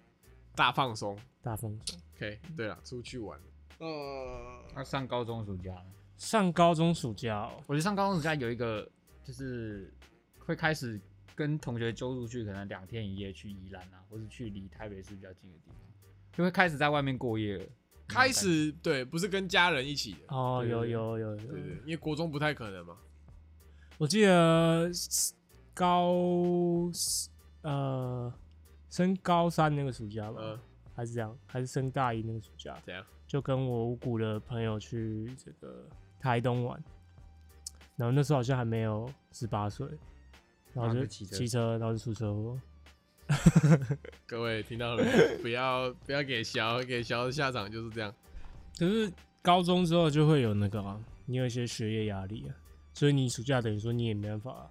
大放松。大放松。 OK，对了，出去玩，呃，他上高中暑假了，上高中暑假、哦，我觉得上高中暑假有一个就是会开始跟同学揪出去，可能两天一夜去宜兰啊，或是去离台北市比较近的地方，就会开始在外面过夜了。开始对，不是跟家人一起的，哦，对有对有有对对有，，因为国中不太可能嘛。我记得高呃升高三那个暑假吧，呃，还是这样，还是升大一那个暑假，怎样？就跟我五谷的朋友去这个台东玩，然后那时候好像还没有十八岁，然后然后就就骑车骑车，然后就出车祸。各位听到了 *laughs* 没不要不要给小给小的下场就是这样。可是高中之后就会有那个、啊，你有一些学业压力啊，所以你暑假等于说你也没办法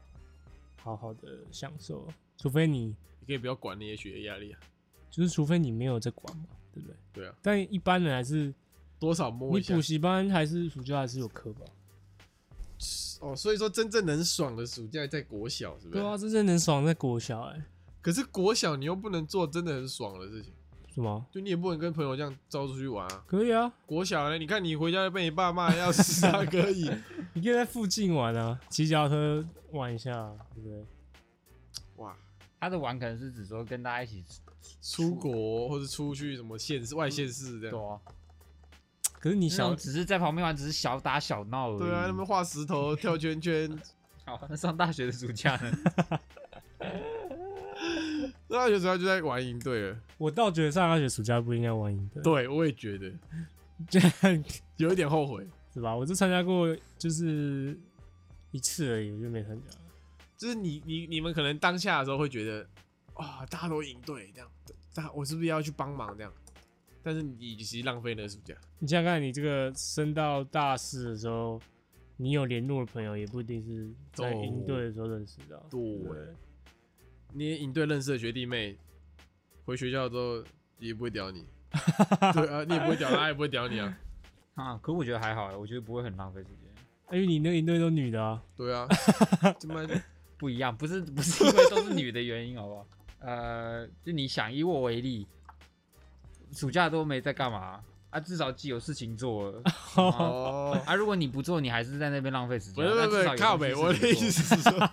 好好的享受，啊除非你你可以不要管那些学业压力啊。就是除非你没有在管嘛，对不对？对啊，但一般人还是多少摸你一下补习班还是暑假还是有课吧？哦。所以说，真正能爽的暑假在国小，是不是？对啊，真正能爽在国小哎、可是国小你又不能做真的很爽的事情，什么？就你也不能跟朋友这样招出去玩啊。可以啊，国小呢，你看你回家被你爸骂得要死 *laughs* 啊，可以。你可以在附近玩啊，骑脚踏车玩一下啊、对不对？哇，他的玩可能是指说跟大家一起出嗯国或者出去什么县市、外县市这对样。啊，可是你你想想，只是在旁边玩，只是小打小闹而已。对啊，那边画石头、跳圈 *laughs* 圈。好， *laughs* 那上大学的暑假呢？ *laughs* 大啊学时候就在玩营队了。我倒觉得上大学暑假不应该玩营队，对，我也觉得 *laughs* 这样有一点后悔，是吧？我就参加过就是一次而已，我就没参加。就是你你你们可能当下的时候会觉得，哇，大家都营队这样，大我是不是要去帮忙这样？但是你其实浪费了暑假。你想想看，你这个升到大四的时候，你有联络的朋友也不一定是在哦营队的时候认识的啊、对不你也营队认识的学弟妹，回学校之后也不会屌 *laughs* 你，对啊，你也不会屌他，他也不会屌你啊，啊，可我觉得还好欸，我觉得不会很浪费时间。哎因为你那个营队都女的啊，对 *laughs* 啊，他妈不一样，不是不是因为都是女的原因，好不好？ *laughs* 呃，就你想以我为例，暑假都没在干嘛啊，至少既有事情 *laughs* 做了啊哦，啊。如果你不做，你还是在那边浪费时不间。是不那是不至是少有，靠东西北，是我你的意做思是说，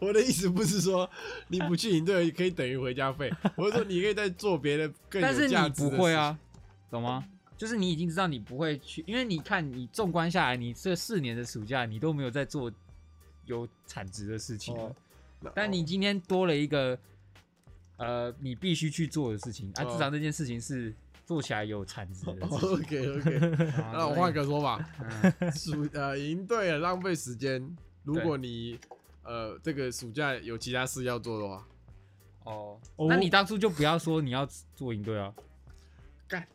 我的意思不是说你不去营队可以等于回家费，我是说你可以再做别的更但是有你价值不的会事啊，懂吗？就是你已经知道你不会去，因为你看你纵观下来，你这四年的暑假你都没有在做有产值的事情情。了，哦那但你今天多了一个呃你必须去做的事情啊，哦至少这件事情是做起来有产值的事情。 OK *laughs* OK，哦啊那我换个说 *laughs* 法， *laughs* 嗯暑呃营队啊浪费时间，如果你呃这个暑假有其他事要做的话，哦，哦那你当初就不要说你要做营队啊， *laughs* 干，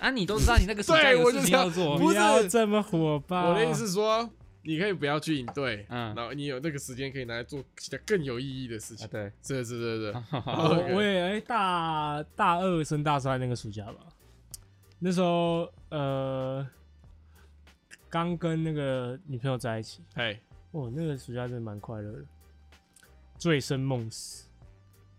啊，你都知道你那个暑假对有我就事情这样要做，不是要这么火爆。啊我的意思是说，你可以不要去营队，嗯然后你有这个时间可以拿来做其他更有意义的事啊情，，对，是是是 *laughs* 是，我， OK 我也哎、大大二升大三那个暑假吧，那时候呃刚跟那个女朋友在一起，哎，哦，那个暑假真的蛮快乐的，醉生梦死。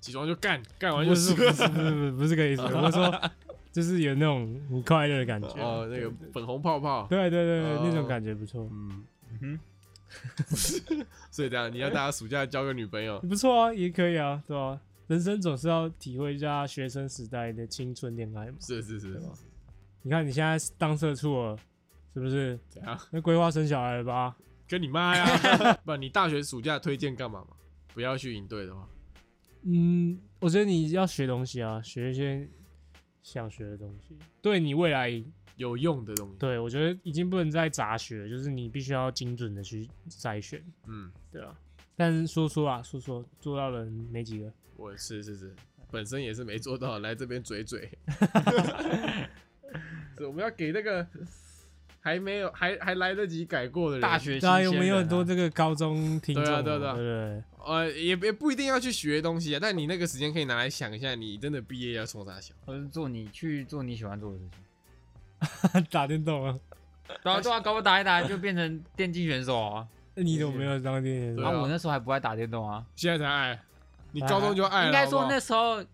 起床就干，干完不就是睡不。是不是不是不是这个意 *laughs* 思，我说就是有那种很快乐的感觉。哦，那个粉红泡泡，对对对对，哦那种感觉不错，嗯，嗯所以这样你要大家暑假交个女朋友，不错啊，也可以啊，对吧、人生总是要体会一下学生时代的青春恋爱嘛。 *laughs* 是是是，你看你现在当社畜了，是不是？怎样？那规划生小孩了吧？跟你妈 *laughs* 呀！不，你大学暑假推荐干嘛嘛？不要去营队的话，嗯，我觉得你要学东西啊，学一些想学的东西，对你未来有用的东西。对，我觉得已经不能再杂学，就是你必须要精准的去筛选，嗯，对啊。但是说说啊，说说做到的人没几个，我是是是，本身也是没做到，来这边嘴 *laughs* 嘴。是我们要给那个 *laughs* 还没有还还来得及改过的人，大学当然有新鲜没有人啊很多这个高中听众对啊嘛，对啊对啊对不对呃也也不一定要去学东西啊，但你那个时间可以拿来想一下，你真的毕业要冲啥小？或者是做你去做你喜欢做的事情。 *laughs* 打电动啊？对啊，对啊，搞不好打一打就变成电竞选手啊！那你怎么没有当电对竞啊啊？啊，我那时候还不爱打电动啊，现在才爱，你高中就爱了，哎应该好说不好那时候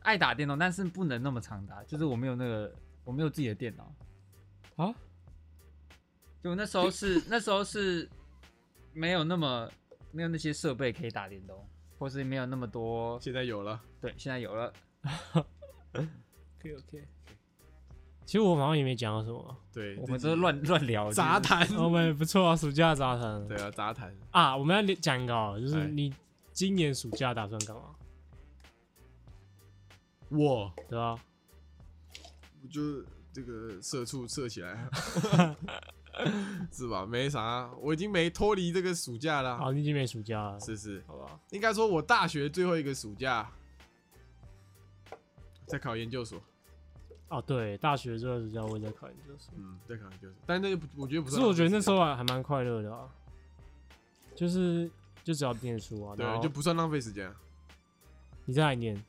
爱打电动，但是不能那么常打，就是我没有那个，我没有自己的电脑啊。 *laughs* 就那时候是那时候是没有那么没有那些设备可以打电动，或是没有那么多。现在有了。对，现在有了。 OK OK。其实我好像也没讲到什么，对，我自们己都是乱乱聊就是杂谈。我们不错啊，暑假杂谈。对啊，杂谈。啊，我们要讲一个哦，就是哎你今年暑假打算干嘛？我对啊吧？我就这个社畜社起来， *laughs* 是吧？没啥，我已经没脱离这个暑假啦。好，你已经没暑假啊了，啊是是，好吧？应该说我大学最后一个暑假在考研究所，哦，对，大学最后暑假我也在考研究所，嗯，在考研究所，但那就不我觉得不可是。是我觉得那时候啊还蛮快乐的啊，就是就只要念书啊，对然啊后就不算浪费时间啊，你在哪里念？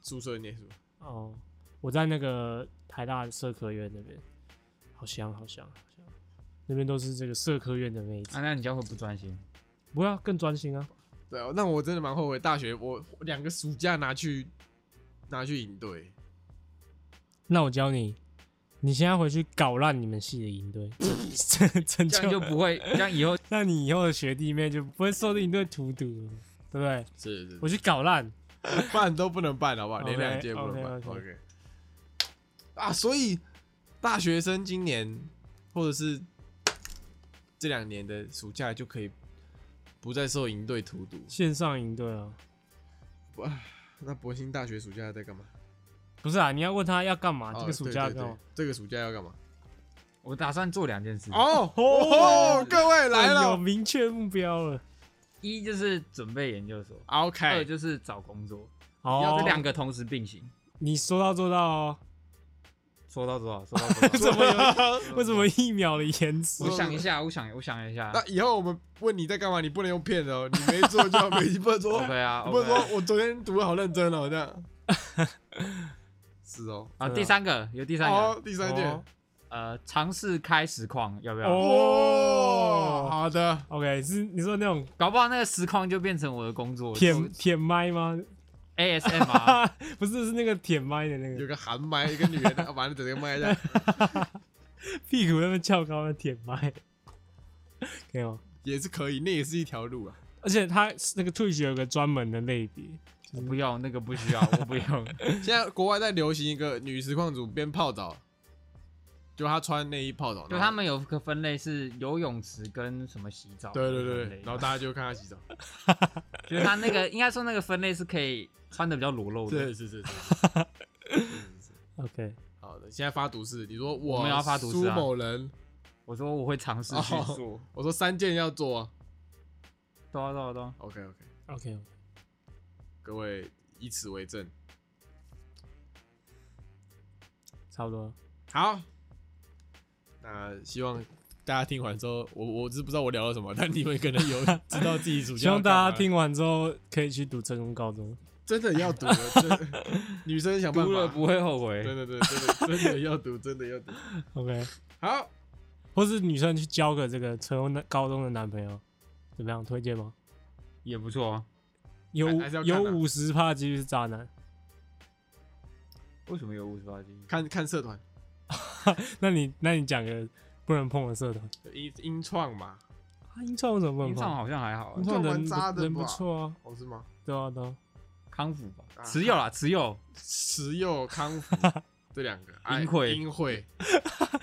宿舍念书。哦，我在那个台大社科院那边，好香好香好香，那边都是这个社科院的妹子啊，，那你这样会不专心？不要更专心啊，对啊，那我真的蛮后悔，大学我我两个暑假拿去拿去营队，那我教你，你现在回去搞烂你们系的营队，成 *laughs* 成这样就就，不会，这样以后那你以后的学弟妹就不会受这营队荼毒了，对不对？是是我去搞烂，办都不能办，好不好？连 OK，两届不能办。 OK，OK 啊，所以大学生今年或者是这两年的暑假就可以不再受营队荼毒。线上营队啊，哇，那博兴大学暑假在干嘛？不是啊，你要问他要干嘛，哦这个暑假要对对干嘛对？这个暑假要干嘛？我打算做两件事。哦哦，各位来哎有了明确目标了，一就是准备研究所，二，OK，就是找工作，要哦好这，两个同时并行。哦你说到做到 *laughs* 哦，说到做到，说到做 *laughs* 到。怎么有为什么一秒的延迟我？想一下，我想，我想一下。那以后我们问你在干嘛，你不能用骗的哦，你没做就要没，你不 *laughs* 能说 OK 啊你不能，OK 啊。说我昨天读的好认真哦，这样。 *laughs* 是哦，啊，对啊第三个有第三个，好，第三件哦。呃，尝试开实况，要不要？哦哦，好的， OK，是你说那种搞不好那个实况就变成我的工作。舔舔麦吗？ ASM *laughs* 啊， *laughs* 不是，是那个舔麦的那有个，个韩麦，一个女 *laughs* 人，啊完了整个麦在，屁股那边翘高的舔麦，可以吗？也是可以，那也是一条路啊。而且它那个 Twitch 有个专门的类别，我不用那个，不需要，我不用。 *laughs* 现在国外在流行一个女实况主边泡澡，就她穿内衣泡澡，就然后他们有个分类是游泳池跟什么洗澡。对对对对，然后然后大家就看她洗澡，就是他那个应该说那个分类是可以穿的比较裸露的是。是是是。是 OK，好的，现在发毒誓，你说我我们要发毒誓苏啊某人，我说我会尝试去哦做。我说三件要做啊。对啊对啊对啊。 OK OK， OK，各位以此为证。差不多。好，那希望大家听完之后，我我是不知道我聊了什么， *laughs* 但你们可能有知道自己 *laughs* 暑假。啊希望大家，听完之后可以去读成功高中。真的要读了，真的女生想办法，读 *laughs* 了不会后对悔。对对，真的真的要读，真的要读。 *laughs* OK，好，或是女生去交个这个成功的高中的男朋友，怎么样？推荐吗？也不错啊。有还还是要看啊有五十趴几率是渣男，为什么有五十八斤？看看社团，那你那你讲个不能碰的社团，英英创嘛，啊，英创为什么不能英创碰？好像还好英欸，创英创人蛮渣不的人不吧错啊，哦是吗？对啊对啊。康复吧啊，持有啦，持有。慈幼康 *laughs* 复这两个，哎英会英会，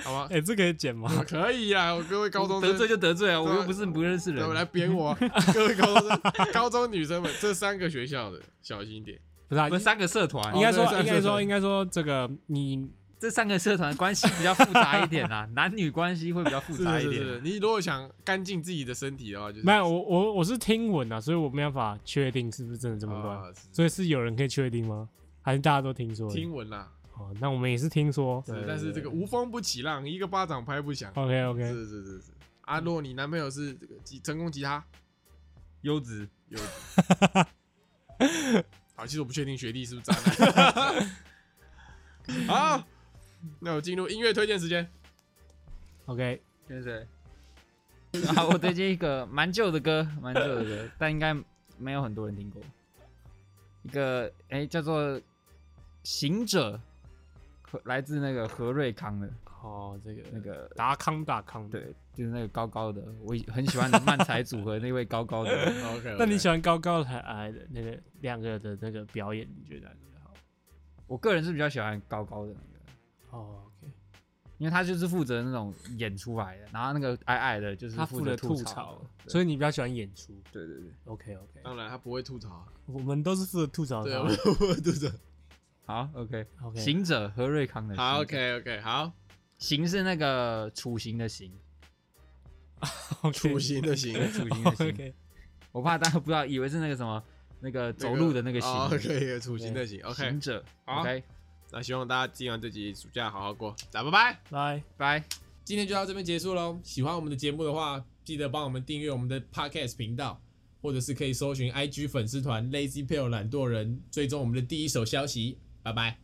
好吗哎、？这可以剪吗？可以啊，各位高中生得罪就得罪啊，对啊我又不是不认识对人。来扁我啊，各位高中生、 *laughs* 高中女生们，这三个学校的小心一点。 *laughs* 不是、啊，我们三个社团应该说哦对应该对对说应该说这个你这三个社团关系比较复杂一点 *laughs* 啦，男女关系会比较复是杂一是点。啊是，你如果想干净自己的身体的话，就是没有，我我我是听闻啊，所以我没办法确定是不是真的这么乱。啊是所以是有人可以确定吗？还是大家都听说的？听闻啦，哦，那我们也是听说。是对但是这对个无风不起浪，一个巴掌拍不响。 OK OK，是是是是。啊，嗯如果你男朋友是这个吉成功吉他，优质，有。好，其实我不确定学弟是不是渣男。 *laughs* 好，那我进入音乐推荐时间。 OK，对不对？啊，我推荐一个蛮旧的 *laughs* 歌，蛮旧的歌，但应该没有很多人听过。一个哎、叫做《行者》，和来自那个何瑞康的哦，这个那个，达康达康，。对，就是那个高高的，我很喜欢的漫才组合那位高高的。 OK，那你喜欢高高的还矮的那个两个的那个表演，你觉得哪个比较好？我个人是比较喜欢高高的那个，哦，OK，因为他就是负责那种演出来的，然后那个矮矮的，就是他负负责责吐槽槽，。所以你比较喜欢演出。对对对， OK OK，当然他不会吐槽，啊我们都是负责吐嗯槽对，啊他我。不会吐 *laughs* 槽。好，OK， OK，行者何瑞康的行者。好，OK OK，好，刑是那个处刑的刑， OK 处刑的 *laughs* 刑，处刑的刑。 *laughs* OK，我怕大家不知道，以为是那个什么那个走路的那个刑。哦 OK，处刑的刑。OK，行者。好 OK，那希望大家听完这集暑假好好过，那拜拜。拜。拜。今天就到这边结束喽。喜欢我们的节目的话，记得帮我们订阅我们的 Podcast 频道，或者是可以搜寻 IG 粉丝团 Lazy p a l e 懒惰人，追踪我们的第一手消息。拜拜。